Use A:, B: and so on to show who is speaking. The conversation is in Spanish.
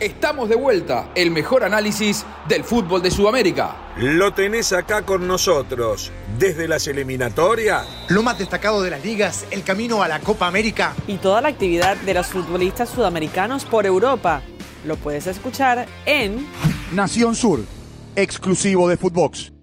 A: Estamos de vuelta, el mejor análisis del fútbol de Sudamérica.
B: Lo tenés acá con nosotros, desde las eliminatorias.
C: Lo más destacado de las ligas, el camino a la Copa América.
D: Y toda la actividad de los futbolistas sudamericanos por Europa. Lo puedes escuchar en
E: Nación Sur, exclusivo de Footbox.